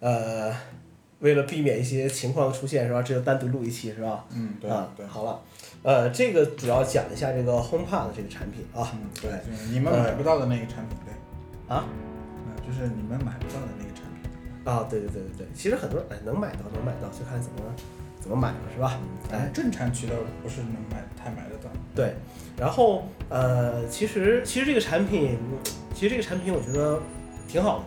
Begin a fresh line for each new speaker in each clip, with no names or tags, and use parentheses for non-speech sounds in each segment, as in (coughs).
呃，为了避免一些情况出现，是吧？这就单独录一期，是吧？
嗯，对
啊，
对，
好了，呃，这个主要讲一下这个 HomePod 这个产品啊，
嗯，对，就是你们买不到的那个产品，对，
啊
嗯，就是你们买不到的那个产品，
啊，对对对对对，其实很多人哎能买到能买到，就看怎么怎么买了，是吧？
咱
哎
们，正常渠道不是能买太买得到，
对，然后呃，其实其实这个产品，其实这个产品我觉得挺好的，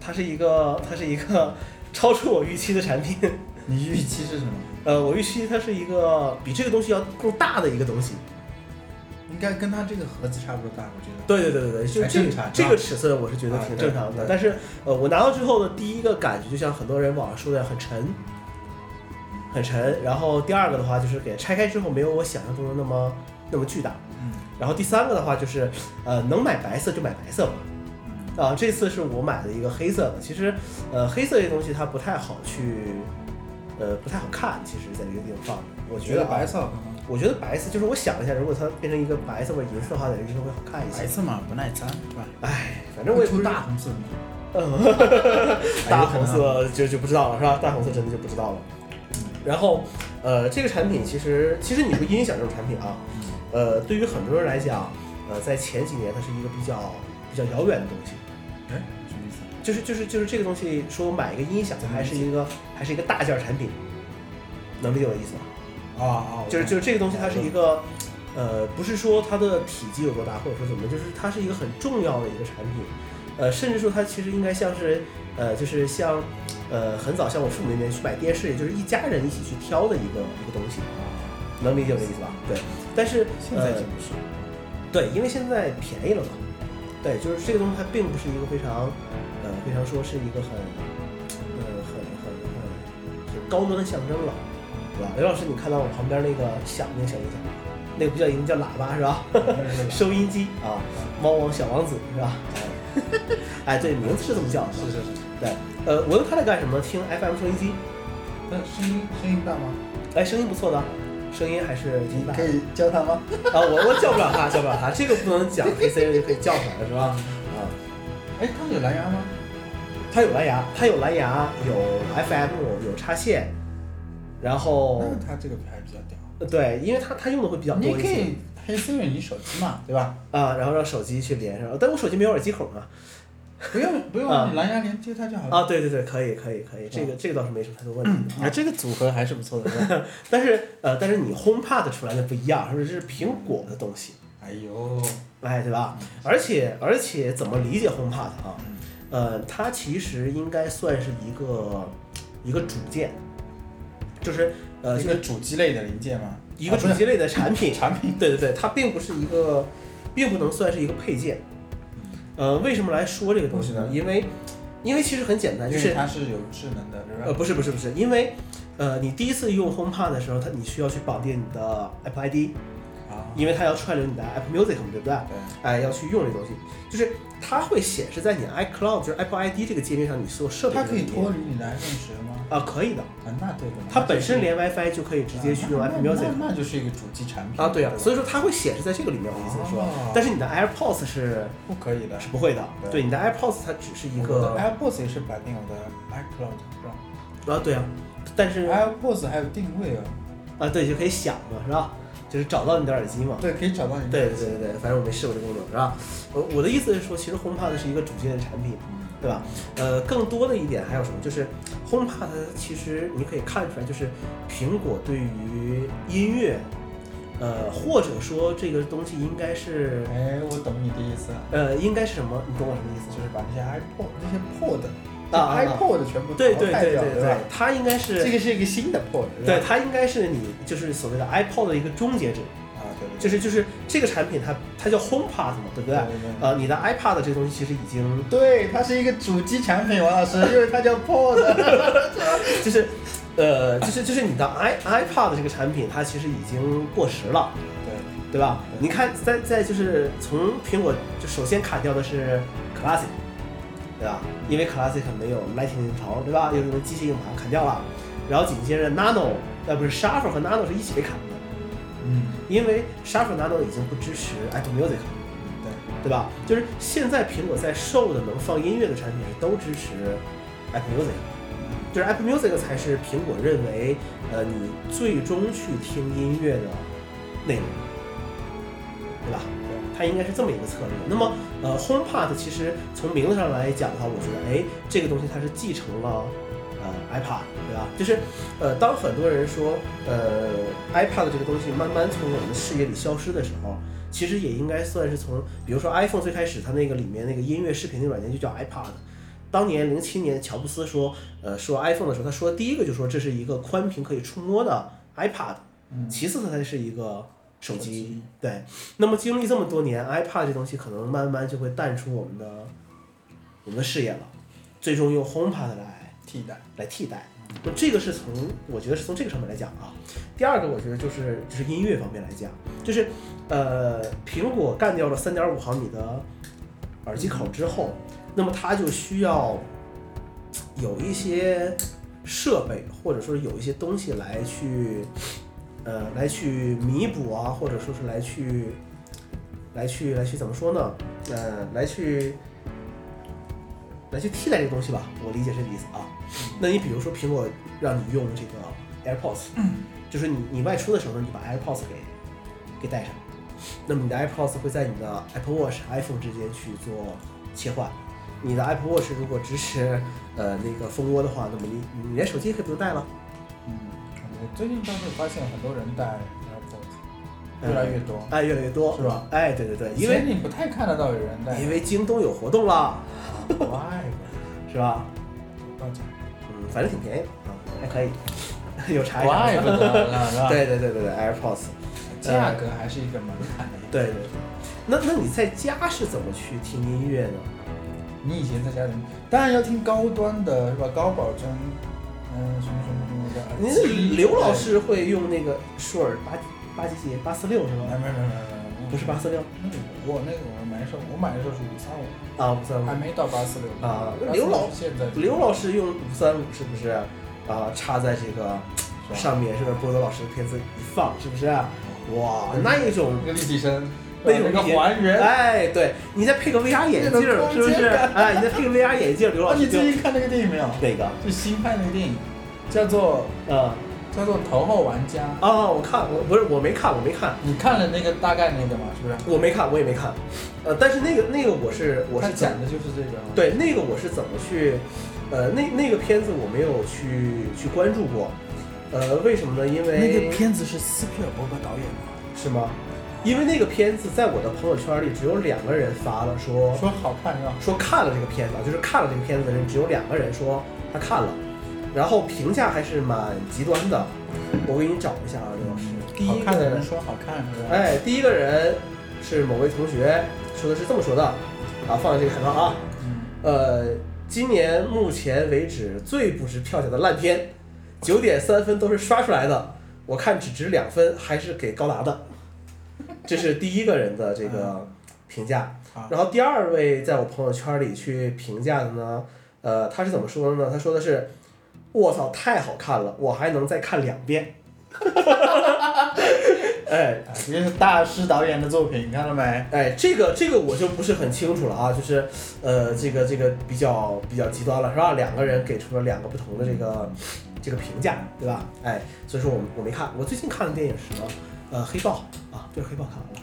它是一个它是一个 (laughs) 超出我预期的产品，
你预期是什么？
呃，我预期它是一个比这个东西要更大的一个东西，
应该跟它这个盒子差不多大，我觉得。
对对对对对，就
还
这
正
个
常
这
啊
个尺寸我是觉得挺正常的，
啊对对
但是呃，我拿到之后的第一个感觉就像很多人网上说的很沉，很沉，然后第二个的话就是给拆开之后没有我想象中的那么那么巨大，
嗯
然后第三个的话就是呃能买白色就买白色吧。
嗯
啊，这次是我买的一个黑色的。其实，呃，黑色这东西它不太好去，呃，不太好看。其实，在这个地方放着，我
我
觉
觉
得
得
啊
白色好看吗，
我觉得白色就是我想了一下，如果它变成一个白色或者银色的话，在这个地方会好看一些
白。色嘛不耐脏，是吧？
哎，反正我也不
出
知道
大红色吗？
(laughs) 大红色就就不知道了，是吧？大红色真的就不知道了。然后，呃，这个产品其实，其实你说音响这种产品啊，
嗯
呃，对于很多人来讲，呃，在前几年它是一个比较比较遥远的东西。
哎，什么意思？
就是就是就是这个东西，说买一个音响还是一个还是一个大件儿产品，能理解我的意思吗？
啊啊，
就是就是是这个东西它是一个，呃，不是说它的体积有多大，或者说怎么，就是它是一个很重要的一个产品，呃，甚至说它其实应该像是，呃，就是像，呃，很早像我父母那边去买电视，也就是一家人一起去挑的一个一个东西，能理解我的意思吧？对，但是
现在
呃
就不是。 (laughs)
对，因为现在便宜了嘛。对，就是这个东西它并不是一个非常，呃，非常说是一个很，呃，很很很很高端的象征了，对吧？刘老师，你看到我旁边那个响那个小音响吗，那个不叫音叫喇叭是吧？(laughs)
嗯
收音机啊，猫王小王子是吧？哎，对，名字是这么叫的。
是是是，
对，呃，我用它来干什么？听 FM 收音机，
但声音声音大吗？
哎，声音不错的，声音还是挺大的。
以教他吗？
啊，我我叫不了他，叫不了他，这个不能讲 KC 就可以叫出来了是吧？啊。
哎，它有蓝牙吗？
它有蓝牙，它有蓝牙，有 FM，有插线，然后
那它这个还比较屌。
呃对，因为它它用的会比较
哦你
多一
也可
些
以黑 Siri 你手机嘛，对吧？
啊，然后让手机去连上，但我手机没有耳机孔啊。(laughs)
不用不用
啊
蓝牙连接它就好了。
啊，对对对，可以可以可以，这个这个倒是没什么太多问题的
嗯啊，
啊。
这个组合还是不错的。是吧
但是呃，但是你 HomePod 出来的不一样，是不是？这是苹果的东西，
(laughs) 哎呦，
哎，对吧？
嗯
而且而且怎么理解 HomePod 啊？呃，它其实应该算是一个一个主件，就是呃，
嗯一
就
个
是
主机类的零件吗？
一个
啊
主机类的产品
不是，产品。
对对对，它并不是一个，并不能算是一个配件。
嗯
呃，为什么来说这个东西呢？因为，因为其实很简单，就
啊因为
是
它是有智能的，对
呃，
吧？
不是不是不是，因为，呃，你第一次用 HomePod 的时候，它你需要去绑定你的 Apple ID，
啊，
因为它要串流你的 Apple Music 嘛，对不对？
对，
哎，要去用这东西，就是它会显示在你 iCloud，就是 Apple ID 这个界面上，你所有设备
它
的
可以
里面
脱离你的 iPhone 使用吗？
啊，可以的，
啊，那对的。啊
它本身连 WiFi 就可以直接去用 Apple Music
那那那就是一个主机产品
啊，对啊，所
以
以说它会显示在这个里面，我的意思是说
哦，
但是你的 AirPods 是
不可以的。
是不会的。
对
对，你的 AirPods 它只是一
我的
个
AirPods 也是绑定我的 iCloud，是吧
啊，对啊，但是啊，
？AirPods 还有定位啊，
对，就可以响嘛，是吧？就是找到你的耳机嘛。
对，可以找到你。
对对对对，反正我没试过这功能，是吧？我我的意思是说，其实 HomePod 是一个主机类的产品，
嗯
对吧？呃，更多的一点还有什么？就是 HomePod 它其实你可以看出来，就是苹果对于音乐，呃，或者说这个东西应该是，
哎，我懂你的意思，
呃，应该是什么？你懂我什么意思？
就是把那些 iPod 那些 Pod
啊啊啊
iPod 全部
对
淘
对
汰
对
掉
对
对
对
吧，
它应该是
这个是一个新的 Pod，
对，
吧
它应该是你就是所谓的 iPod 的一个终结者，
啊，对对，对
就是就是这个产品它它叫 HomePod 嘛，对不对？
对对对
呃，你的 iPad 这个东西其实已经
对，它是一个主机产品，王老师，因为它叫 Pod。
就是呃就是就是你的 i iPad 这个产品它其实已经过时了，
对，
对吧？
对
你看在在就是从苹果就首先砍掉的是 Classic，对吧？因为 Classic 没有 Lightning 槽，对吧？有有机械硬盘砍掉了，然后紧接着 Nano 呃不是 Shuffle 和 Nano 是一起被砍的。
嗯，
因为 Shuffle Nano 已经不支持 Apple Music 了，
对，
对吧？就是现在苹果在售的能放音乐的产品是都支持 Apple Music，就是 Apple Music 才是苹果认为呃你最终去听音乐的内容，对吧？它应该是这么一个策略。那么呃，HomePod 其实从名字上来讲的话，我觉得哎，这个东西它是继承了。呃，iPad 对吧？就是，呃，当很多人说，呃，iPad 这个东西慢慢从我们的视野里消失的时候，其实也应该算是从，比如说 iPhone 最开始它那个里面那个音乐视频那软件就叫 iPad。当年零七年乔布斯说，呃，说 iPhone 的时候，他说第一个就说这是一个宽屏可以触摸的 iPad，
嗯
其次它才是一个手
手
机
机。
对，那么经历这么多年，iPad 这东西可能慢慢就会淡出我们的我们的视野了，最终用 HomePod 来
替代。
来替代。那这个是从我觉得是从这个上面来讲啊。第二个我觉得就是就是音乐方面来讲，就是呃，苹果干掉了三点五毫米的耳机口之后，那么它就需要有一些设备或者说有一些东西来去呃来去弥补啊，或者说是来去来去来去怎么说呢？呃，来去来去替代这个东西吧，我理解这个意思啊。那你比如说苹果让你用这个 AirPods，、就是你你外出的时候呢，你把 AirPods 给给带上，那么你的 AirPods 会在你的 Apple Watch、iPhone 之间去做切换。你的 Apple Watch 如果支持呃那个蜂窝的话，那么你你连手机也可以不用带了。
嗯，我最近倒是发现很多人戴 AirPods
嗯
越来越多，
哎，越来越多
是吧？
哎，对对对，
以
因
前
为
你不太看得到有人戴
因为京东有活动啦，
外
是吧？
国，抱歉，
嗯，反正挺便宜的啊，还可以， (laughs) 有查一查。
怪不得呢，是吧？，
(laughs) 对对对对对，AirPods。
价格还是一个门槛。
对对对，那那你在家是怎么去听音乐呢？
你以前在家里，当然要听高端的，是吧？高保真，嗯，什么什么什么的。
您是刘老师会用那个舒尔八八几几八四六是
对？
吗？
哎没没没没没，
不是八四六
那个我那个我买的时候，我买的时候是五三五，
啊，五三
还
五。
没到八四六
啊刘老
现在
刘老师用五三五是不是？啊，插在这个
上
上面，是不是波多老师的片子一放，是不是？哇，那一种
嗯那个立体声，
那种
个还原，
哎，对，你再配个 VR 眼镜
那
儿，
种
是不
空
是？
间感
哎，你再配个 VR 眼镜儿，刘老
啊，你
师就
最近看那个电影没有？
哪个？
就新拍那个电影，叫做
啊
叫做《头号玩家》。
啊，我看我不是我没看，我没看，
你看了那个大概那个嘛，是不是？
我没看，我也没看。呃，但是那个那个我是我
它
是
讲的就是这个。，
对，那个我是怎么去，呃，那那个片子我没有去去关注过，呃，为什么呢？因为
子是斯皮尔伯格导演的，
是吗？因为那个片子在我的朋友圈里只有两个人发了说
说好看是吧？
说看了这个片子啊，就是看了这个片子的人只有两个人说他看了，然后评价还是蛮极端的。我给你找一下啊，刘老师，第
好
一
看
个
的人说好看是吧？
哎，第一个人是某位同学说的是这么说的，啊，放在这个上啊。
嗯，
呃，今年目前为止最不值票价的烂片，九点三分都是刷出来的，我看只值两分，还是给高达的。这是第一个人的这个评价，
好，
然后第二位在我朋友圈里去评价的呢，呃，他是怎么说的呢？他说的是：“卧槽，太好看了，我还能再看两遍。” (laughs) 哎，
啊这是大师导演的作品，你看了没？
哎，这个这个我就不是很清楚了啊，就是，呃，这个这个比较比较极端了，是吧？两个人给出了两个不同的这个这个评价，对吧？哎，所以说我我没看，我最近看的电影是什么？呃，黑豹啊，对，黑豹看完了。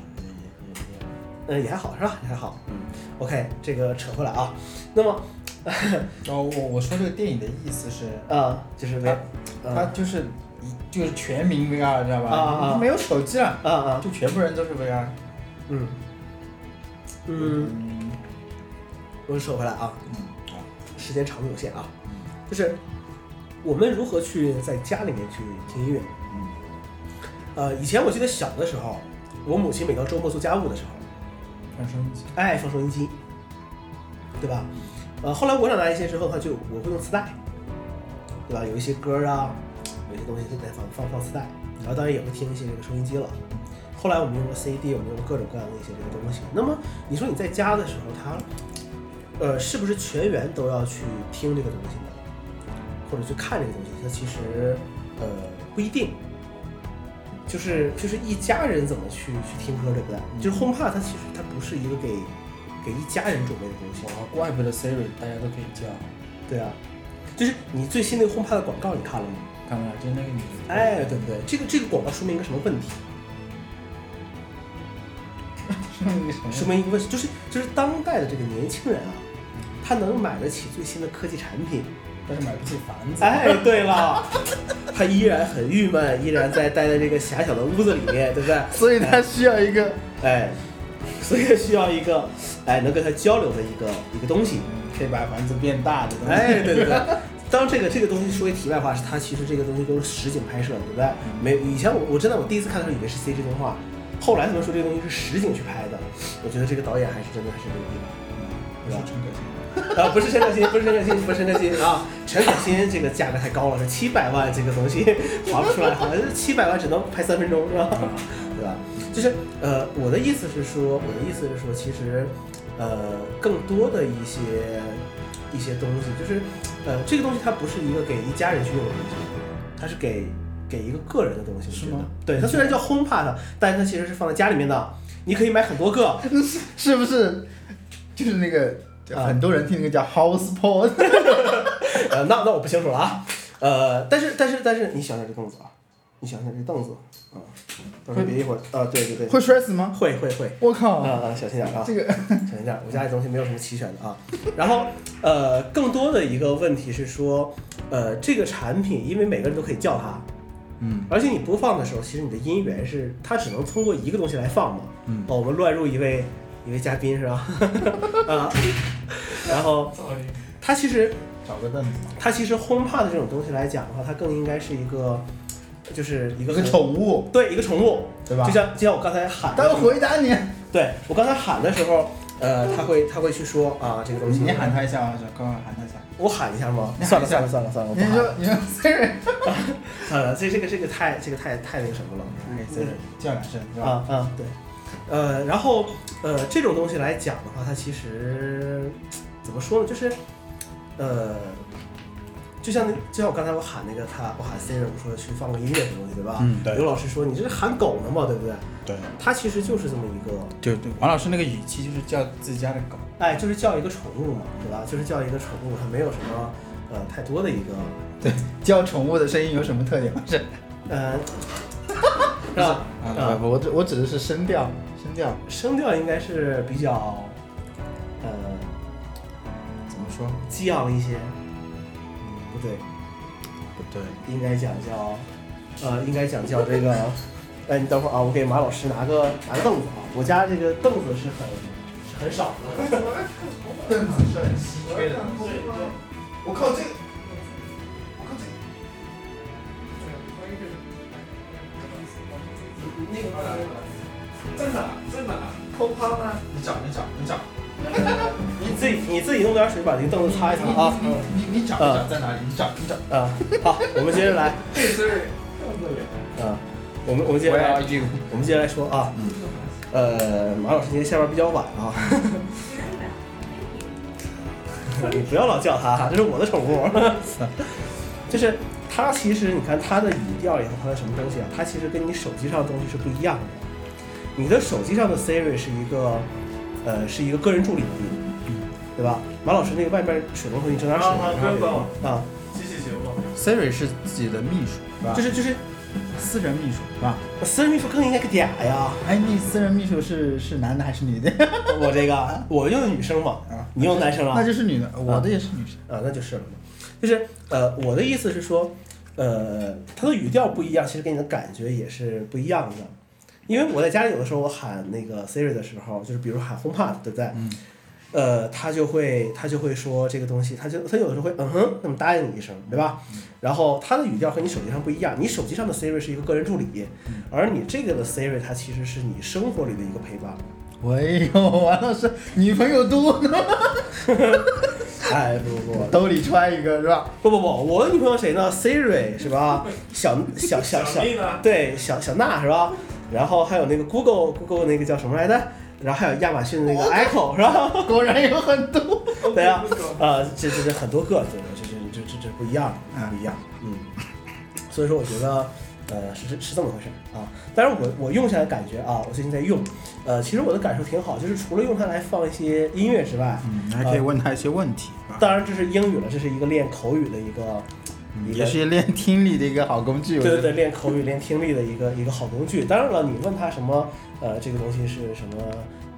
嗯、也还好是吧？也还好。嗯，OK，这个扯回来啊。那么，
哦，我我说这个电影的意思是，
呃，就是没，
它
呃，
就是一就是全民 VR，知道
啊啊啊
吧？你没有手机了，
啊啊，
就全部人都是 VR。
嗯，嗯，
嗯
我扯回来啊，
嗯，好
时间长度有限啊，
嗯
就是我们如何去在家里面去听音乐。
嗯
呃，以前我记得小的时候，我母亲每到周末做家务的时候，
看收音机。
爱放收音机，对吧？呃，后来我长大一些之后，她就我会用磁带，对吧？有一些歌啊，有一些东西就得放放放磁带，然后当然也会听一些这个收音机了。后来我们用了 CD，我们用了各种各样的一些这个东西。那么你说你在家的时候，它呃是不是全员都要去听这个东西呢？或者去看这个东西？它其实呃不一定。就是就是一家人怎么去去听歌，对不对？
嗯
就是 HomePod 它其实它不是一个给给一家人准备的东西。
哇，怪不得 Siri 大家都可以叫。
对啊，就是你最新那个 HomePod 的广告你看了吗？
看不了，就那个女的。
哎，对不对？这个这个广告说明一个什么问题？
嗯
说明一个问题，就是就是当代的这个年轻人啊，他能买得起最新的科技产品。
但是买不起房子。
哎，对
(laughs)
了，他依然很郁闷，依然在待在这个狭小的屋子里面，对不对？
所以他需要一个，
哎，所以需要一个哎能跟他交流的一个一个东西。
可以把房子变大的东西。
哎，对对对。当这个这个东西说一题外话，是它其实这个东西都是实景拍摄的，对不对？没以前我我真的我第一次看的时候以为是 CG 动画，后来他们说这个东西是实景去拍的，我觉得这个导演还是真的还是牛逼的。
不是陈可辛，
啊，不是陈可辛，不是陈可辛，不是陈可辛啊！陈可辛这个价格太高了，这七百万这个东西 (laughs) 划不出来，好像是七百万只能拍三分钟，是吧？ (laughs) 对吧？就是呃，我的意思是说，我的意思是说，其实呃，更多的一些一些东西，就是呃，这个东西它不是一个给一家人去用的东西，它是给给一个个人的东西，我
是
觉得
吗。
对，它虽然叫 HomePod，但是它其实是放在家里面的，你可以买很多个，
是不是？就是那个
啊
很多人听那个叫 house pod，
呃，那那我不清楚了啊。呃，但是但是但是，你想想这凳子啊，你想想这凳子啊，到时候别一会儿啊，对对对，
会摔死吗？
会会会，
我
啊
靠，
啊，小心点啊，
这个
小心点，我家里东西没有什么齐全的啊。然后呃，更多的一个问题是说，呃，这个产品因为每个人都可以叫它，
嗯
而且你播放的时候，其实你的音源是它只能通过一个东西来放嘛。
嗯
哦，我们乱入一位一位嘉宾是吧？ (laughs) 啊，然后它其实
找个凳子，
它其实 HomePod 这种东西来讲的话，它更应该是一个，就是一个
有个
很
宠物，
对一个宠物，
对吧
就？像就像我刚才喊的
它
时候，
会回答
(laughs)
你，
对我刚才喊的时候，呃，他会他会去说啊这个东西，
你喊它一下啊，小哥喊它一下。
我喊一下吗？
你
算了
喊一下
算了算了算了，我不
你
喊了
说你说 Siri，
(laughs)
算了，这这个这个太这个太太那个什么了，
哎 Siri 叫两声是吧？
啊啊对，呃，然后呃这种东西来讲的话，它其实怎么说呢，就是呃。就像那就像我刚才我喊那个他，我喊 Siri，我说去放个音乐什么东西，对吧？
嗯
对
刘老师说你这是喊狗呢嘛，对不对？
对，
它其实就是这么一个，
对对，王老师那个语气就是叫自己家的狗。
哎，就是叫一个宠物嘛，对吧？就是叫一个宠物，它没有什么呃太多的一个
对，叫宠物的声音有什么特点吗？是
呃，是吧？
呃
啊，
啊，
我只我指的是声调，声调
声调应该是比较呃
怎么说？
激昂一些，嗯不对，
不对，
应该讲叫呃，应该讲叫这个。 (laughs) 哎，你等会儿啊，我给马老师拿个拿个凳子啊，我家这个凳子是很是很少的。
凳子是很稀缺的东西。我靠，这个，我靠，这个。
那个在哪在哪？空趴吗？
你找，你找，你找，
你自己你自己弄点水把这个凳子擦一擦啊。
你你找
嗯
在哪里？你找，你找。
啊，好，我们接着来。啊，我们我们接着来，
you。
我们接着来说啊。
嗯
呃，马老师今天下班比较晚啊。 (laughs) 你不要老叫它，这是我的宠物。就是它其实你看它的语调也好，它的什么东西啊，它其实跟你手机上的东西是不一样的。你的手机上的 Siri 是一个，呃，是一个个人助理能力，对吧？马老师那个外边水龙头，你整点水
啊啊
整点水
哥哥
啊，
机器行吗？
Siri 是自己的秘书，是吧？
就是是就是
私人秘书，是吧？
私人秘书更应该个嗲呀！ (laughs)
哎，你私人秘书是是男的还是女的？
我这个我用的女生嘛，
啊
你用男生啊？
(laughs) 那就是女的，我的也是女生。
啊，那就是了嘛。就是呃，我的意思是说，呃，它的语调不一样，其实给你的感觉也是不一样的。因为我在家里有的时候我喊那个 Siri 的时候，就是比如喊 HomePod，对不对？
嗯。
呃，他就会他就会说这个东西，他就他有的时候会嗯哼那么答应你一声，对吧？然后他的语调和你手机上不一样，你手机上的 Siri 是一个个人助理，而你这个的 Siri 它其实是你生活里的一个陪伴。
喂哎呦，王老师，女朋友多
(laughs)
呢，
哎，不不不，
兜里揣一个是吧？
不不不，我的女朋友谁呢？Siri 是吧？
(laughs)
小小小小
小丽呢
对，小小娜是吧？然后还有那个 Google Google 那个叫什么来着？然后还有亚马逊的那个 Echo 是吧？
果然有很
(laughs)
多。
对啊，啊，这这
啊
这很多个，这个这这这这这不一样，不一样，嗯。所以说，我觉得，呃，是是是这么回事儿啊。但是我我用下来感觉啊，我最近在用，呃，其实我的感受挺好，就是除了用它来放一些音乐之外，
嗯，还可以问他一些问题，是吧
当然这是英语了，这是一个练口语的一个一
也
个
是练听力的一个好工具。我
对
觉
对
得
对，练口语、练听力的一个一个好工具。当然了，你问他什么，呃，这个东西是什么，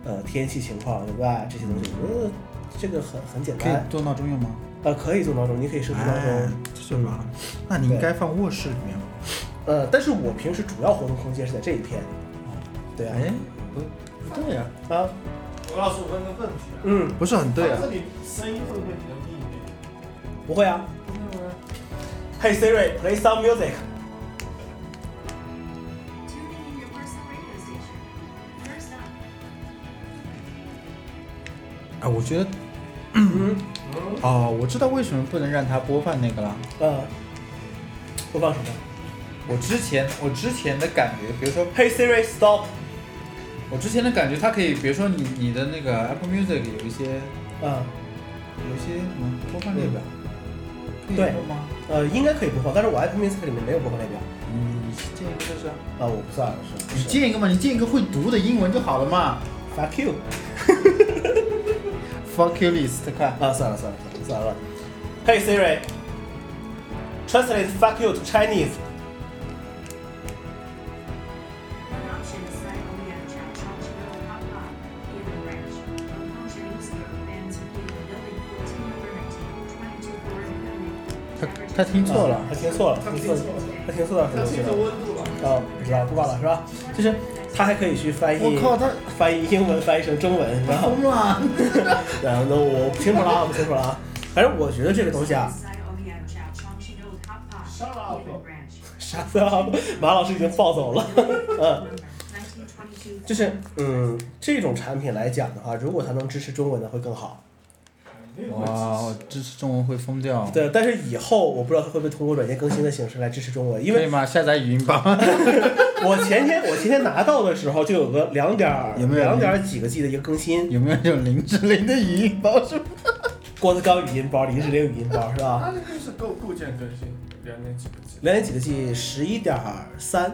呃，天气情况，对吧？这些东西，我觉得这个很很简
可以
单。
做闹钟用吗？
呃，可以做闹钟，你可以设置闹
哎
钟。，
这就完了。那你应该放卧室里面吧？
呃，但是我平时主要活动空间是在这一片。对啊，
哎，不不对呀，
啊，
我老师，我问个问题啊，
嗯，
不是很对啊
这。里声音会不会比较密一点？
不会啊。Hey Siri，play some music。
Tuning in your personal radio station. First up.
哎
啊，我觉得
嗯，
哦，我知道为什么不能让他播放那个了。
呃，播放什么
我之前我之前的感觉，比如说
？Hey Siri，stop。
我之前的感觉，它可以，比如说你你的那个 Apple Music 有一些
啊，
有一些什么播放列表，
嗯
可以
对
用吗？
呃，应该可以播放，但是我 Apple Music 里面没有播放列表。
嗯你建一个就是
啊，我不算是。不
你
是
建一个嘛，你建一个会读的英文就好了嘛。
Fuck you。
Fuck you list，看。
啊，算了算了算了算了。Hey Siri，translate fuck you to Chinese。
One option is that only at Chang Chong Channel Hot Pot, Haven Ranch, Function Easter, and Turkey, Building 14, number 19, 22 Florida Avenue.
他
Average
他听错了。
他听啊错了，听错，他听错了很
它
多
进
字
入
了。
温度了。
啊，不知道不管了是吧？就是他还可以去翻
我
译，
靠，他
翻译英文翻译成中文，然后
(laughs) 疯
啊
了。
然后呢，我不清楚了啊，我不清楚了啊。反正我觉得这个东西啊
Side only at Chang Chong Channel Hot Pot,
Shut up.
Haven Ranch.
啥都好，马老师已经暴走了。嗯，
Number 1922
就是嗯，这种产品来讲的话，如果它能支持中文的会更好。
哇，我支持中文会疯掉。
对，但是以后我不知道它会不会通过软件更新的形式来支持中文，因
可
为
以吗？下载语音
(laughs)
吧。
我前天我前天拿到的时候就有个两点儿
有没有
两点儿几个 G 的一个更新，
有没有那种林志玲的语音包？是吧
郭德纲语音包、林志玲语音包是吧？
它这个是构构件更新，两点几个 G。
两点几个 G，十一点三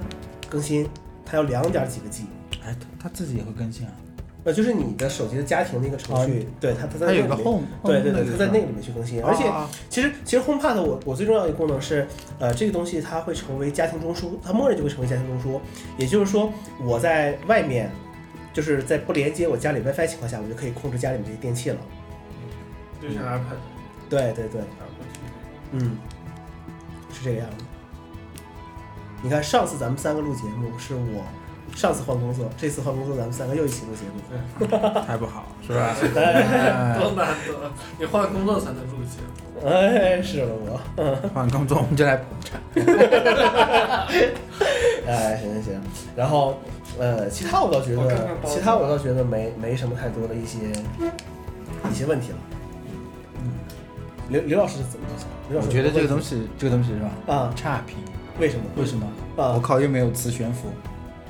更新，它要两点几个 G，
哎，他他自己也会更新啊。
呃，就是你的手机的家庭那个程序，对它它在
他哦有
那
个
里面
home，
对对对，嗯它在那个里面去更新，而且
哦
其实其实 HomePod 我我最重要的一个功能是，呃，这个东西它会成为家庭中枢，它默认就会成为家庭中枢。也就是说，我在外面，就是在不连接我家里 WiFi 情况下，我就可以控制家里面这些电器了。嗯
就像 iPad，
对对对，嗯，是这个样子。你看，上次咱们三个录节目是我上次换工作，这次换工作咱们三个又一起录节目。
嗯
还不好是
(laughs)
吧？
(laughs) 多难得！你换工作才能入节目，
哎，是了我。
换工作我们 (laughs) 就来捧场。
哎，行行行，然后呃，其他我倒觉
我看
得
看，包
其他我倒觉得没没什么太多的一些一些问题了。嗯刘刘老师是怎么想？刘老
我
师
觉得这个东
西
西，这个东西是吧？
啊，
差评。
为什么？
为什么？我
啊，
靠，又没有磁悬浮，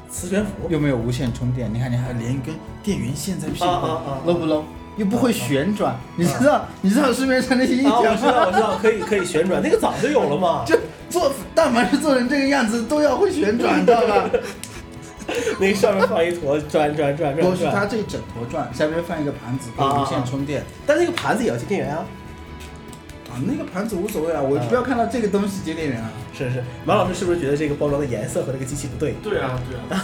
磁悬浮
又没有无线充电，你看你还连一根电源线在屁股
啊啊啊啊
，low 不 low？又不会旋
啊
转，你知道？你知道市面上那些音
啊，我
响
知道，我知道，可以可以旋转，那个早就有了嘛。
就做，但凡是做成这个样子，都要会旋转，你知道吧？
那个上面放一坨转转转转啊
我是它
转，
这一整坨转，下面放一个盘子，
啊
可以无线充电。
但那个盘子也要接电源啊。
啊，那个盘子无所谓啊，我
啊
不要看到这个东西接电源啊。
是是，马老师是不是觉得这个包装的颜色和这个机器不对？
对啊，对 (laughs) 啊，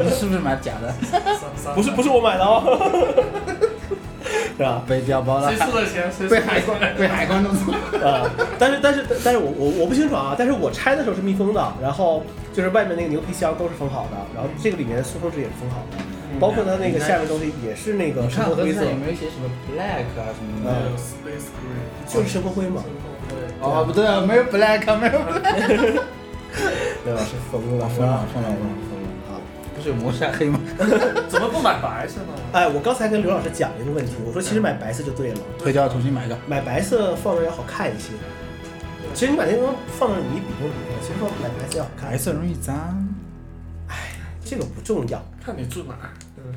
你是不是买假的？ (laughs)
不是不是我买的哦， (laughs) 是吧？
被调包了
谁，出的钱谁
被海关
(laughs)
被海关弄走。
啊，但是但是但是我我我不清楚啊，但是我拆的时候是密封的，然后就是外面那个牛皮箱都是封好的，然后这个里面的塑封纸也是封好的，
嗯
包括它那个下面东西也是那个深
看
灰
盒
灰
子
色
上，有没有写什么 black 啊什么
嗯
的？
有 Space Gray，
就是深灰灰嘛，
对，
哦，不对啊，没有 black，没 (laughs) 有 black。
对吧？是封了，
疯
是吧
了，疯了，疯了，疯了！啊，不是有磨砂黑吗？
怎么不买白色呢？
哎，我刚才跟刘老师讲了一个问题，我说其实买白色就对了，
推掉，重新买一个。
买白色放那儿要好看一些。其实你把那东西放那儿，你比用比其实说买白色要好看，
白色容易脏，
这个不重要。
看你住哪儿。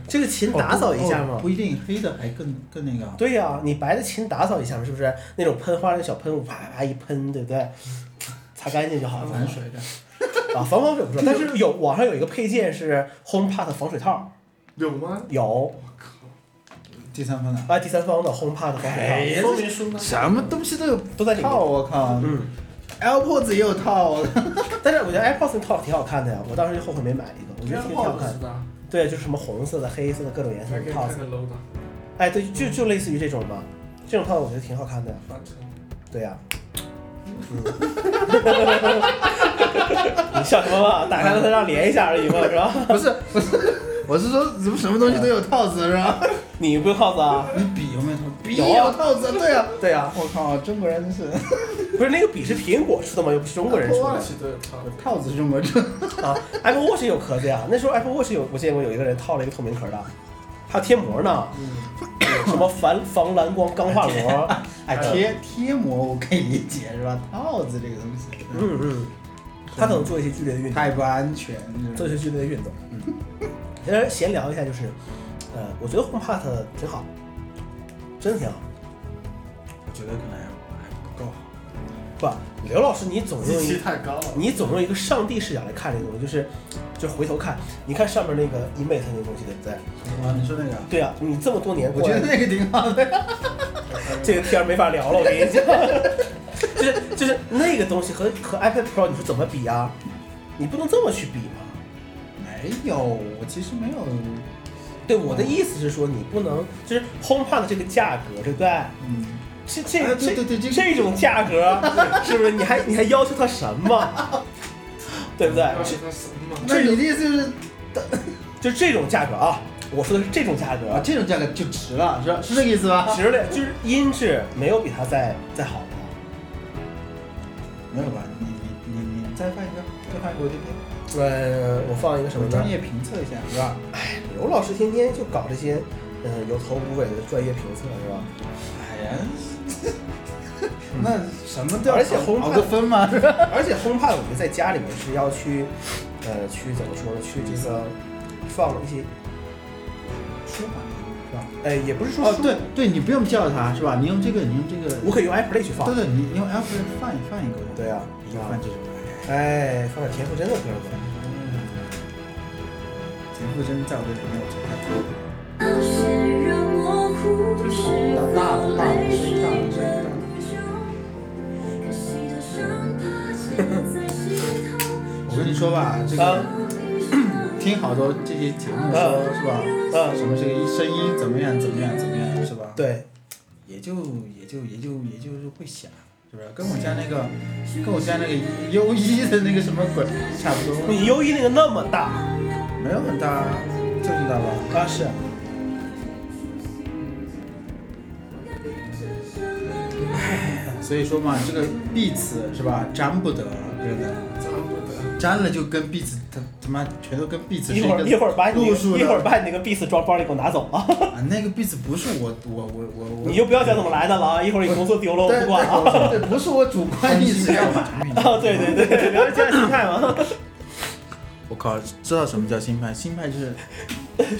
这个勤打扫一下
哦
嘛
不。一定，黑的还更更那个。
对呀、你白的勤打扫一下嘛，是不是？那种喷花的小喷雾，啪啪啪一喷，对不对？擦干净就好了。
反水的，
啊，防防水不知道，但是有网上有一个配件是 HomePod 防水套，
有吗？
有
第三方的，
啊，第三方的 HomePod
哎
防水
说明书呢？
什么东西都有
套都在里面
套。我靠
嗯，
，AirPods 也有套，啊
但是我觉得 iPods 那套挺好看的呀，我当时就后悔没买一个，我觉得挺挺好看的。
的，
对，啊就是什么红色的、黑色的各种颜色
还可
的
以
套
看
子，
看 logo，
哎，对，就就类似于这种吧，这种套子我觉得挺好看的呀。
翻成
对呀、嗯 (laughs) 你笑什么嘛？打开了它让连一下而已嘛，是吧？
不是不是，我是说怎么什么东西都有套子是吧？
你不用耗子啊？
你 (laughs) 笔有没有套？
笔
有
也
啊
有套子，对啊，
对呀、
我靠，中国人真是
不是那个笔是苹果出的吗？又不是中国人出
二
的
期都有差别。
(laughs) 套子是中国制。
啊。Apple Watch 也有壳子呀，那时候 Apple Watch 有我见过有一个人套了一个透明壳的，还有贴膜呢，
嗯，
什么防防蓝光钢化膜，
(laughs) 哎
呃
贴贴膜我可以理解是吧？套子这个东西
嗯嗯，他可能做一些剧烈的运动，
太不安全，
做一些剧烈的运动。嗯，其实闲聊一下就是，呃，我觉得 HomePod 挺好，真的挺好。
我觉得可能还不够好。
不，刘老师，你总用
预期
一
太高了。
你总用一个上帝视角来看这个东西，就是就回头看，你看上面那个 emate 那东西，对不对？
啊，你说那个，
对啊，你这么多年
我
过
觉
来，
得那个挺好的。
这个天儿没法聊了，我跟你讲， (laughs) 就是就是那个东西和和 iPad Pro 你说怎么比啊？你不能这么去比嘛。
没有，我其实没有。
对，我的意思是说，你不能就是 HomePod 这个价格，对不对？
嗯，
这这
哎
这
对对对这个
这种价格，是不是？你还你还要求它什么？ (laughs) 对不对？
要
这
是他什么？
那你的意思就是
就这种价格啊，我说的是这种价格
啊，这种价格就值了，是吧？是这个意思吧？
质量就是音质没有比它再再好的。
没有吧？你你你你再放一个，再放一个，我就给
呃，我放一个什么
我
呢
专？业评测一下，是吧？
刘老师天天就搞这些，嗯、有头无尾的专业评测是吧？
哎呀， (laughs) 那什么都要
而且
考
红
考
牌
哦个分 (laughs) 嘛，是吧？
而且 HomePod 我们在家里面是要去，呃，去怎么说呢？去这个放一些
舒缓
是吧？哎，也不是说
哦，
书
对，对，你不用叫它，是吧？你用这个，你用这个，
我可以用 iPlay 去放
对。对，你你用 a p p l 放一放一个，
对呀、
你就放这种。哎
哎，放点田馥甄的歌吧。
田馥甄在我这里没有存在感。
大
大大的声音，大的声音，大的声音。我跟你说吧，这个
啊
听好多这些节目说是吧？
嗯，
什么这个声音怎么样怎么样怎么样是吧？，
对，
也就也就也就也就是会响，是不是？跟我家那个跟我家那个优一的那个什么鬼差不多，
你优一那个那么大
没有很大，这么大吧？
啊，是
所以说嘛，这个 Beats 是吧？沾不得，真的，
咱不得，
沾了就跟 Beats 他他妈全都跟 Beats 是
一会儿一
一
会
个
儿把你
路
那
数的
个一会儿把你那个 Beats 装包里给我拿走啊。
啊，那个 Beats 不是我我我我我，
你就不要讲怎么来的了啊！一会儿你工作丢了，我
对
不管啊！ (laughs)
对， (laughs) 对不是我主观意识要买。
啊，对对对，聊聊心态嘛，
我靠，知道什么叫新派？新派就是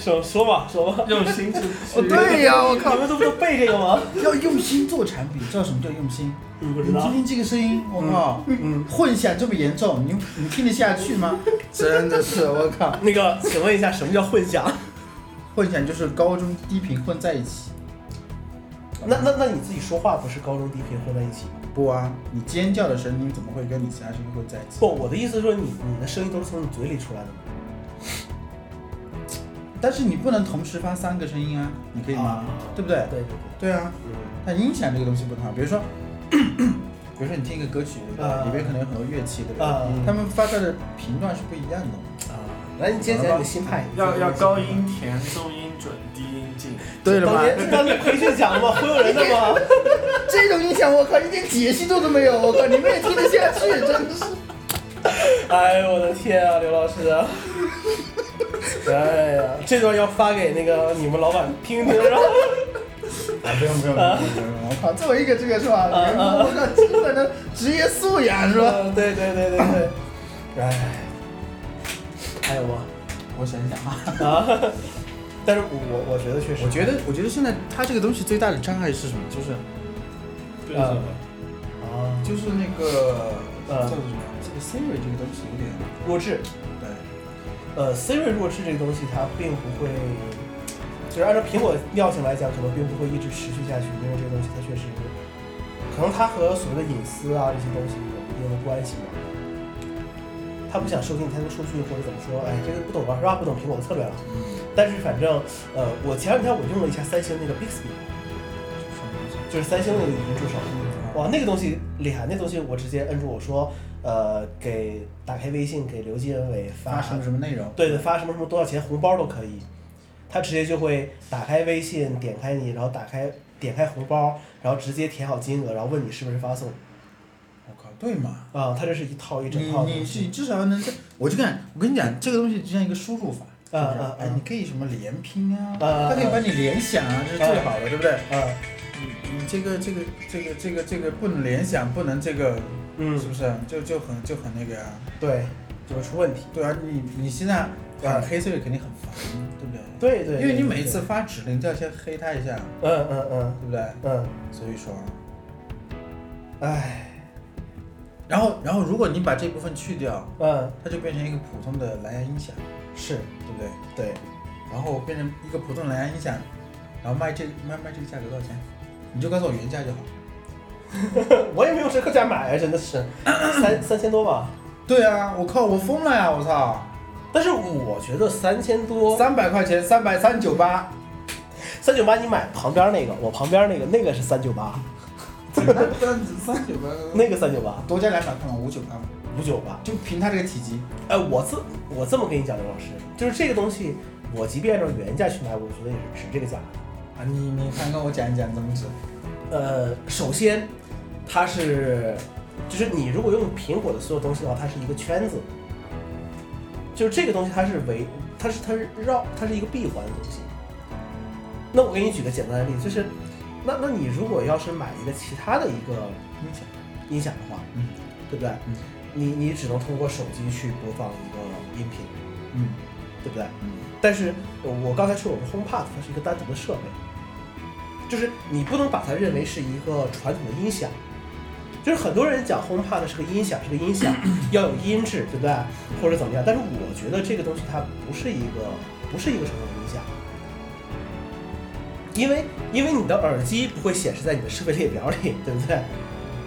(laughs)
说说吧说吧，
(laughs) 用心去去。
哦，对呀，我靠
你，们都不就背这个吗？
要用心做产品，知道什么叫用心？
不
你
知
听
道，
听这个声音，我靠，
嗯，
混响这么严重，你你听得下去吗？
真的是我靠，
那个，请问一下，什么叫混响？
混响就是高中低频混在一起。
那那那你自己说话不是高中低频混在一起吗？
不啊，你尖叫的声音怎么会跟你其他声音混在一起？
不，我的意思是说你你的声音都是从你嘴里出来的吗？
但是你不能同时发三个声音啊，你可以吗？
啊
对不对？
对对
对啊，
对，
但音响这个东西不同，比如说， (coughs) 比如说你听一个歌曲，对不
啊
对？里边可能有很多乐器，对不
啊
对？他们发出来的频段是不一样的。
啊，来，你接着讲你的新派。
要要高音甜，中音准，低音静。
对了
当
吧？
年当年培训讲的吗？忽悠人的吗？
这种音响我靠，一点解析度都没有，我靠，你们也听得下去，真的是。
哎呦我的天啊，刘老师
(laughs)
啊！哎呀，这段要发给那个你们老板听听，
(laughs)
然后
啊，不用不用不用不用，我靠
啊，作为一个这个是吧？
嗯
员工，我靠，基本的职业素养是吧？
嗯对对对对对，哎，还有吗？
我想想啊。
啊， (laughs) 但是我我觉得确实，
我觉得，我觉得现在它这个东西最大的障碍是什么？就是，
呃对什么？
啊，
就是那个
呃
这个这个 Siri 这个东西有点，
弱智。
对，
呃，Siri 弱智这个东西，它并不会，就是按照苹果尿性来讲，可能并不会一直持续下去，因为这个东西它确实，可能它和所谓的隐私啊这些东西有一定的关系吧。他不想收集你太多数据，或者怎么说，哎，这个不懂玩是吧？不懂苹果的策略了。但是反正，呃，我前两天我用了一下三星那个 Bixby，就是三星那个语音助手，哇，那个东西厉害，那东西我直接摁住我说，呃，给打开微信给刘继恩伟发
发什么什么内容？
对对，发什么什么多少钱红包都可以，他直接就会打开微信，点开你，然后打开点开红包，然后直接填好金额，然后问你是不是发送
我靠，对嘛？
啊，他这是一套一
你
整套的
你
东西
是至少能这，我就看我跟你讲，这个东西就像一个输入法，
啊
是不
啊
是
啊
哎，你可以什么连拼啊，
啊
它可以帮你联想啊，这是最好的，对不对？
啊，
你你这个这个这个这个这个不能联想，不能这个，
嗯
是，不是？就就很就很那个呀、
对，就会出问题，
对啊，你你现在
啊
喊黑 Siri 肯定很烦，对不对？
对对，
因为你
对
每一次，发指令都要先黑它一下，
对嗯嗯嗯
对不对？
嗯，哎
所以说，
唉，
然后然后如果你把这部分去掉，
嗯，
它就变成一个普通的蓝牙音响，
是
对不对？
对， (laughs)
然后变成一个普通蓝牙音响，然后卖这卖卖这个价格多少钱？你就告诉我原价就好。
我也没有折扣价买啊，真的是三三千多吧，
对啊，我靠，我疯了呀！我操，
但是我觉得三千多，
三百块钱，三百三九八，
三九八你买旁边那个，我旁边那个那个是三九八，
(laughs) 三三九八，
那个三九八
多加两百块嘛，五九八嘛，
五九八。
就凭它这个体积，
哎，我这我这么跟你讲，刘老师，就是这个东西，我即便按照原价去买，我觉得也是值这个价。
啊，你你看跟我讲一讲怎么值？
呃，首先，它是，就是你如果用苹果的所有东西的话，它是一个圈子，就是这个东西它是围，它是它是绕，它是一个闭环的东西。那我给你举个简单的例子，就是，那那你如果要是买一个其他的一个
音响，
音响的话，
嗯
对不对？
嗯
你你只能通过手机去播放一个音频，
嗯
对不对？
嗯，
但是呃我刚才说我们 HomePod 它是一个单独的设备，就是你不能把它认为是一个传统的音响。就是很多人讲 HomePod 是个音响，是个音响要有音质，对不对？或者怎么样？但是我觉得这个东西它不是一个不是一个传统的音响，因为因为你的耳机不会显示在你的设备列表里，对不对？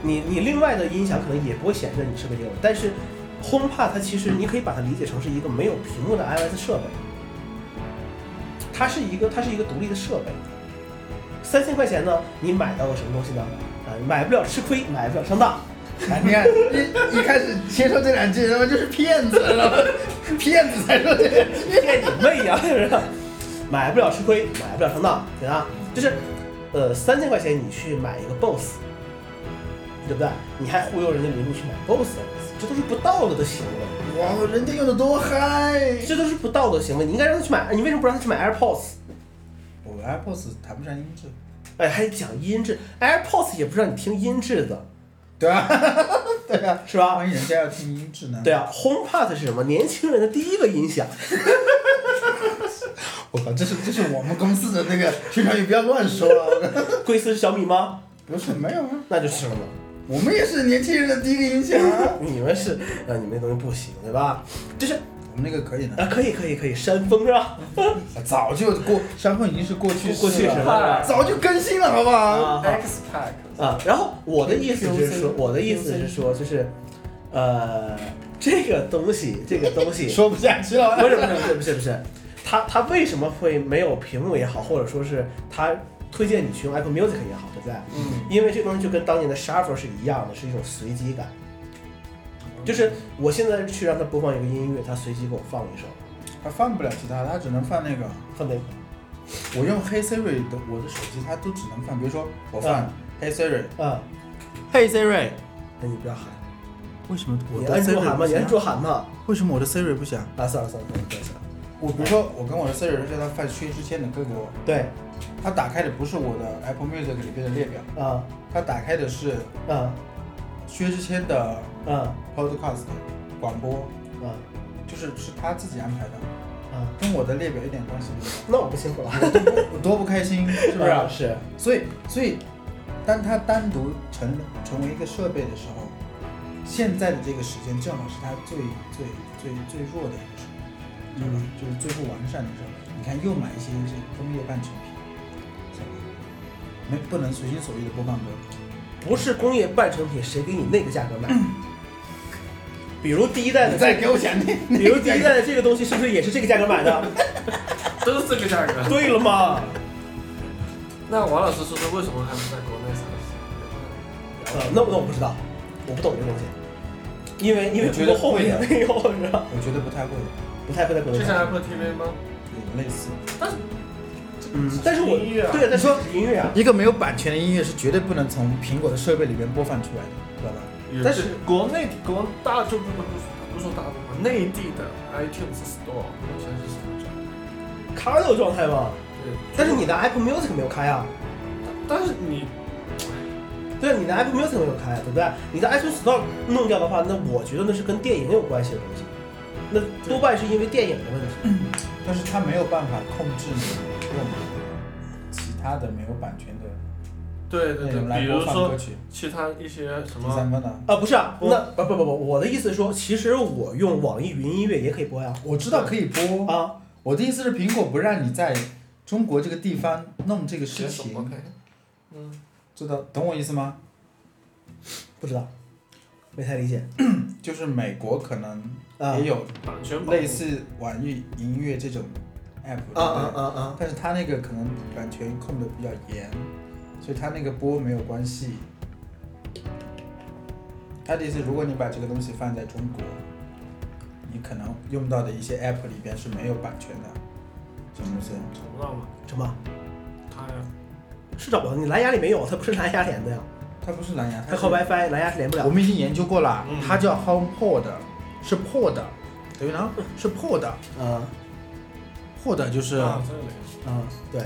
你你另外的音响可能也不会显示在你设备列表，但是 HomePod 它其实你可以把它理解成是一个没有屏幕的 iOS 设备，它是一个它是一个独立的设备。三千块钱呢，你买到了什么东西呢？呃，买不了吃亏，买不了上当。
啊，你看一一开始先说这两句，他妈就是骗子，然后骗子才说这两句。
骗哎你妹呀！就是买不了吃亏，买不了上当，对吧？就是，呃，三千块钱你去买一个 BOSS，对不对？你还忽悠人家邻居去买 BOSS，这都是不道德的行为，
哇，人家用的多嗨！
这都是不道德行为。你应该让他去买，你为什么不让他去买 AirPods？
我 AirPods 谈不上音质，
哎，还讲音质，AirPods 也不是让你听音质的，
对啊，对啊，
是吧？
万一人家要听音质呢？
对啊，HomePod 是什么？年轻人的第一个音响。
我靠，这是这是我们公司的那个宣传语，不要乱说啊！我靠
贵司是小米吗？
不是没有啊，
那就是了嘛。
我们也是年轻人的第一个音响啊。
(laughs) 你们是，呃，你们那东西不行，对吧？就是，
我们那个可以呢，
啊，可以可以可以，山峰是吧？
早就过山峰已经是过去式
过去式
了，
了
早就更新了，好不好？
啊
X Pack，
啊，然后我的意思是说，我的意思是说，就是，呃，这个东西，这个东西，
说不下去了，
不是不是不是不是不是，它它为什么会没有屏幕也好，或者说是它推荐你去用 Apple Music 也好，对不对？
嗯，
因为这东西就跟当年的 Shuffle 是一样的，是一种随机感。就是我现在去让它播放一个音乐，它随机给我放一首，
它放不了其他的，它只能放那个。
放那个，
我用 Hey Siri 的我的手机，它都只能放，比如说我放
嗯
Hey Siri，
啊，
Hey Siri，
那你不要喊，
为什么我
你
的
摁住
Siri
喊
不
嘛，你摁
响
住？喊嘛，
为什么我的 Siri 不响？
啊，算了算了算了，不要想了，
我比如说我跟我的 Siri 说让它放薛之谦的歌给我，
对，
它打开的不是我的 Apple Music 里边的列表，
啊
它打开的是
啊
薛之谦的
啊啊
Podcast 广播，就是是他自己安排的，
啊，
跟我的列表一点关系没有。
那我不辛苦了，
我多不开心，是不是？
啊是，
所以，所以，当它单独成成为一个设备的时候，现在的这个时间正好是它最最最最弱的一个时候，就是、
嗯
就是最不完善的时候。你看，又买一些这个工业半成品，是吧？没不能随心所欲的播放歌，
不是工业半成品，谁给你那个价格卖？比如第一代
你
的，
再给我钱，那
比如第一代的这个东西是不是也是这个价格买的？
都是这个价格。
对了嘛，
那王老师说说为什么还不在国内上市？
呃，那我那我不知道，我不懂这东西，因为因为
我觉
中
得
国后面
会的
没有，你知道，
我觉得不太会，
不太会在国内
就像
上。
Apple TV 吗？
有类似。
嗯，但是我
音乐啊
对，但是音乐啊，
一个没有版权的音乐是绝对不能从苹果的设备里面播放出来的，知道吧？
但是
国内国大就不能不说大陆吧，内地的 iTunes Store 目前是什么状态？
卡有状态嘛。
对，
但是你的 Apple Music 没有开啊，
但是你
对啊，你的 Apple Music 没有开啊，对不对？你的 iTunes Store 弄掉的话，那我觉得那是跟电影有关系的东西，那多半是因为电影的问题。
但是它没有办法控制你用其他的没有版权的
对对
内
对，
容来
比
播
如
放歌
说
曲。
其他一些什
第三方
么，
的，
啊，不是啊，
我
那不不不不，我的意思是说，其实我用网易云音乐也可以播呀。
我知道可以播。
啊，
我的意思是，苹果不让你在中国这个地方弄这个事情，
OK，嗯，
知道懂我意思吗？
不知道，没太理解。
就是美国可能
啊
也有
版权保护
类似网易音乐这种 app，
啊啊
对不对
啊啊！
但是它那个可能版权控的比较严，所以它那个播没有关系。他的意思，如果你把这个东西放在中国，你可能用到的一些 app 里边是没有版权的，什么东西？
找不到啊嘛？
什么？
他呀，
是找不到你蓝牙里没有，它不是蓝牙连的呀，
它不是蓝牙，
它
是
和 WiFi 蓝牙是连不了
我。们已经研究过了，
嗯
它叫 HomePod，是 Pod，对呢，是 Pod，Pod
啊
就是、
啊这个没有
啊，对，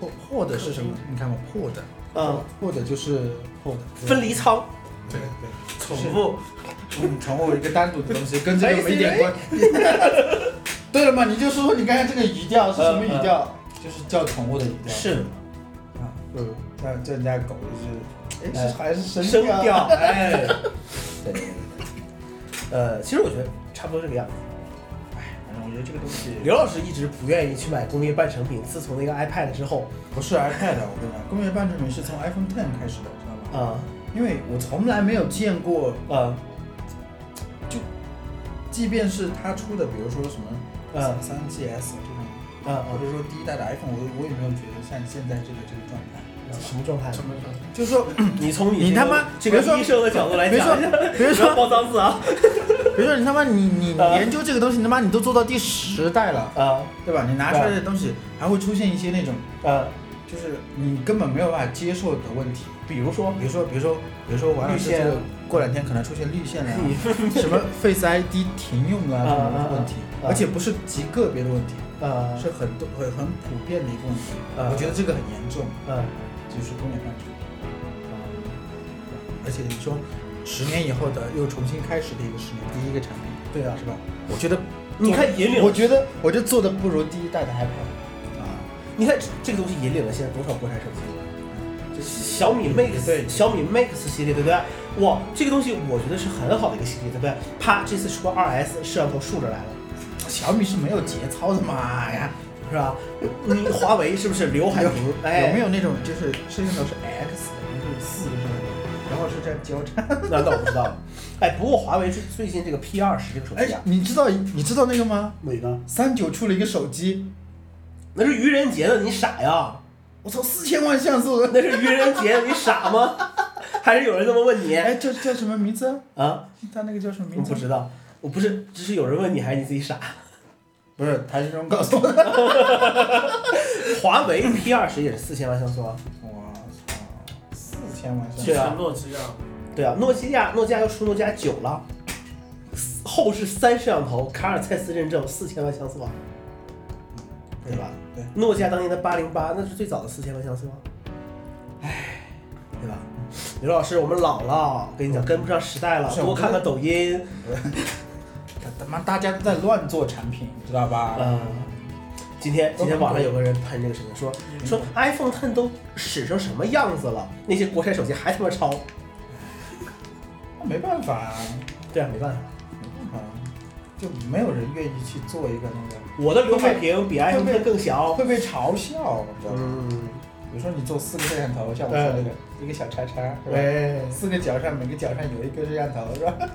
Pod- Pod 是什么？你看吧
嗯，
，Pod，Pod 就是 Pod，
分离舱。
对
重复，
对，嗯，宠物一个单独的东西，跟这个没一 (laughs) 点关。 (laughs) 对了嘛，你就说你刚才这个语调是什么语调？嗯就是叫宠物的语调，
是，
啊，
嗯，
叫叫人家狗就是，哎，
哎
是还是
声
声
调，
(laughs)
哎，对对对对。呃，其实我觉得差不多这个样子。
反哎正我觉得这个东 (laughs) 西
刘老师一直不愿意去买工业半成品，自从那个 iPad 之后，
不是 iPad，我跟你讲，工业半成品是从 iPhone Ten 开始的，知道吗？
啊
因为我从来没有见过，呃
啊
即便是它出的，比如说什么
嗯
三 GS 这种，
啊啊
或！者说第一代的 iPhone，我我也没有觉得像现在这个这个状态，
什么状态？
什么状态？
(laughs) 就是说，
你从你
嗯你
这
他
个
妈
这个
别说
医生的角度来
别
讲
说，别
不要
说，
报脏字啊！
比如说你他妈你你你
啊
研究这个东西，你他妈你都做到第十代了，
啊
呃对吧？你拿出来的东西还会出现一些那种
啊，
就是你根本没有办法接受的问题，
比如说
比如说比如说比如说王老师
绿线啊
这个过两天可能出现绿线了啊、什么 Face ID 停用了、啊、
啊
什么问题
啊，啊
而且不是极个别的问题，
啊
是很多很很普遍的一个问题。
啊
我觉得这个很严重，
啊
就是工业范畴。而且你说十年以后的又重新开始的一个十年，第一个产品，
对啊
是吧？我觉得，
你看引领
我觉得我就做的不如第一代的 iPad 啊，
你看这这个东西引领了现在多少国产手机？这小米 Mix
嗯对
小米 Mix 系列对不对？哇，这个东西我觉得是很好的一个系列，对不对？啪，这次出了 2S，摄像头竖着来了，
小米是没有节操的，妈呀！
是吧？你华为是不是刘海
有
屏？哎，
有没有那种就是摄像头是 X 的，不是四是吧？然后是这样交叉。
那倒不知道。哎，不过华为最最近这个 P 二十这个手
哎
机啊，，
你知道你知道那个吗？
哪个？
三九出了一个手机，
那是愚人节的，你傻呀？
我操，四千万像素！
那是愚人节，你傻吗？还是有人这么问你
哎，叫叫什么名字？
啊？
他那个叫什么
我
名字？
不知道，我不是，只是有人问你，还是你自己傻？
不是谭旭荣告诉我的。
华为 P 二十也是四千万像素啊。
我操，四千万像
是啊
是诺基 (laughs) 亚，
对啊，诺基亚诺基亚要出诺基亚九了，后置三摄像头，卡尔蔡司认证，四千万像素啊，
素，
对吧？？
对，
诺基亚当年的八零八那是最早的四千万像素啊，唉，对吧？刘老师，我们老了，我跟你讲，跟不上时代了，
嗯不是
多
我
看看抖音。
他他妈大家都在乱做产品，知道吧？
嗯，今天今天网上有个人喷这个事情，说
嗯
说 iPhone Ten 都使成什么样子了，那些国产手机还他妈抄。
没办法啊，
对啊，没办法。
没办法啊，就没有人愿意去做一个那个，
我的刘海屏比 iPhone
会被
X 更小。
会被嘲笑，你知道吗？
哦嗯，
比如说你做四个摄像头，像我说那个一个小叉叉，是吧？
哎，
四个角上每个角上有一个摄像头，是吧？
(laughs)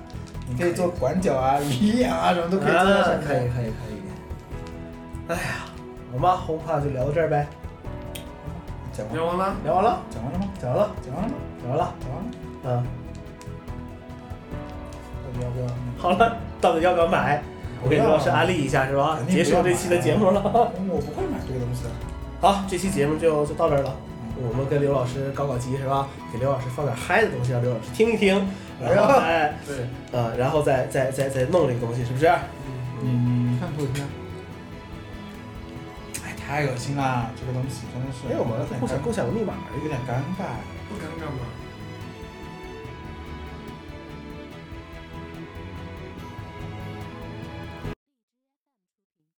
你可以做广角啊、鱼眼啊，什么都可以做到
啊
上面。
可以可以可以。哎呀，我妈轰趴就聊到这儿呗，
讲完
聊完了，
聊完了，
讲完了吗？
讲完了，
讲完了吗？
讲完了。
讲完了吗。
嗯，
要不要不要？
好了，到底要不要买？我跟你说是安利一下是吧
肯？定
结
不要
束
买啊
这期的节目了。
我不会买这个东西的。
啊 (laughs) 好，这期节目就就到这儿了。
嗯
我们跟刘老师搞搞基是吧？给刘老师放点嗨的东西，让刘老师听一听，然后再
对，
呃，然后再再再再弄这个东西，是不是？
你你看过一下？哎，太恶心啦！这个东西真的是
没有嘛，共享共享个密码而已。
有点尴尬。
不尴尬吗？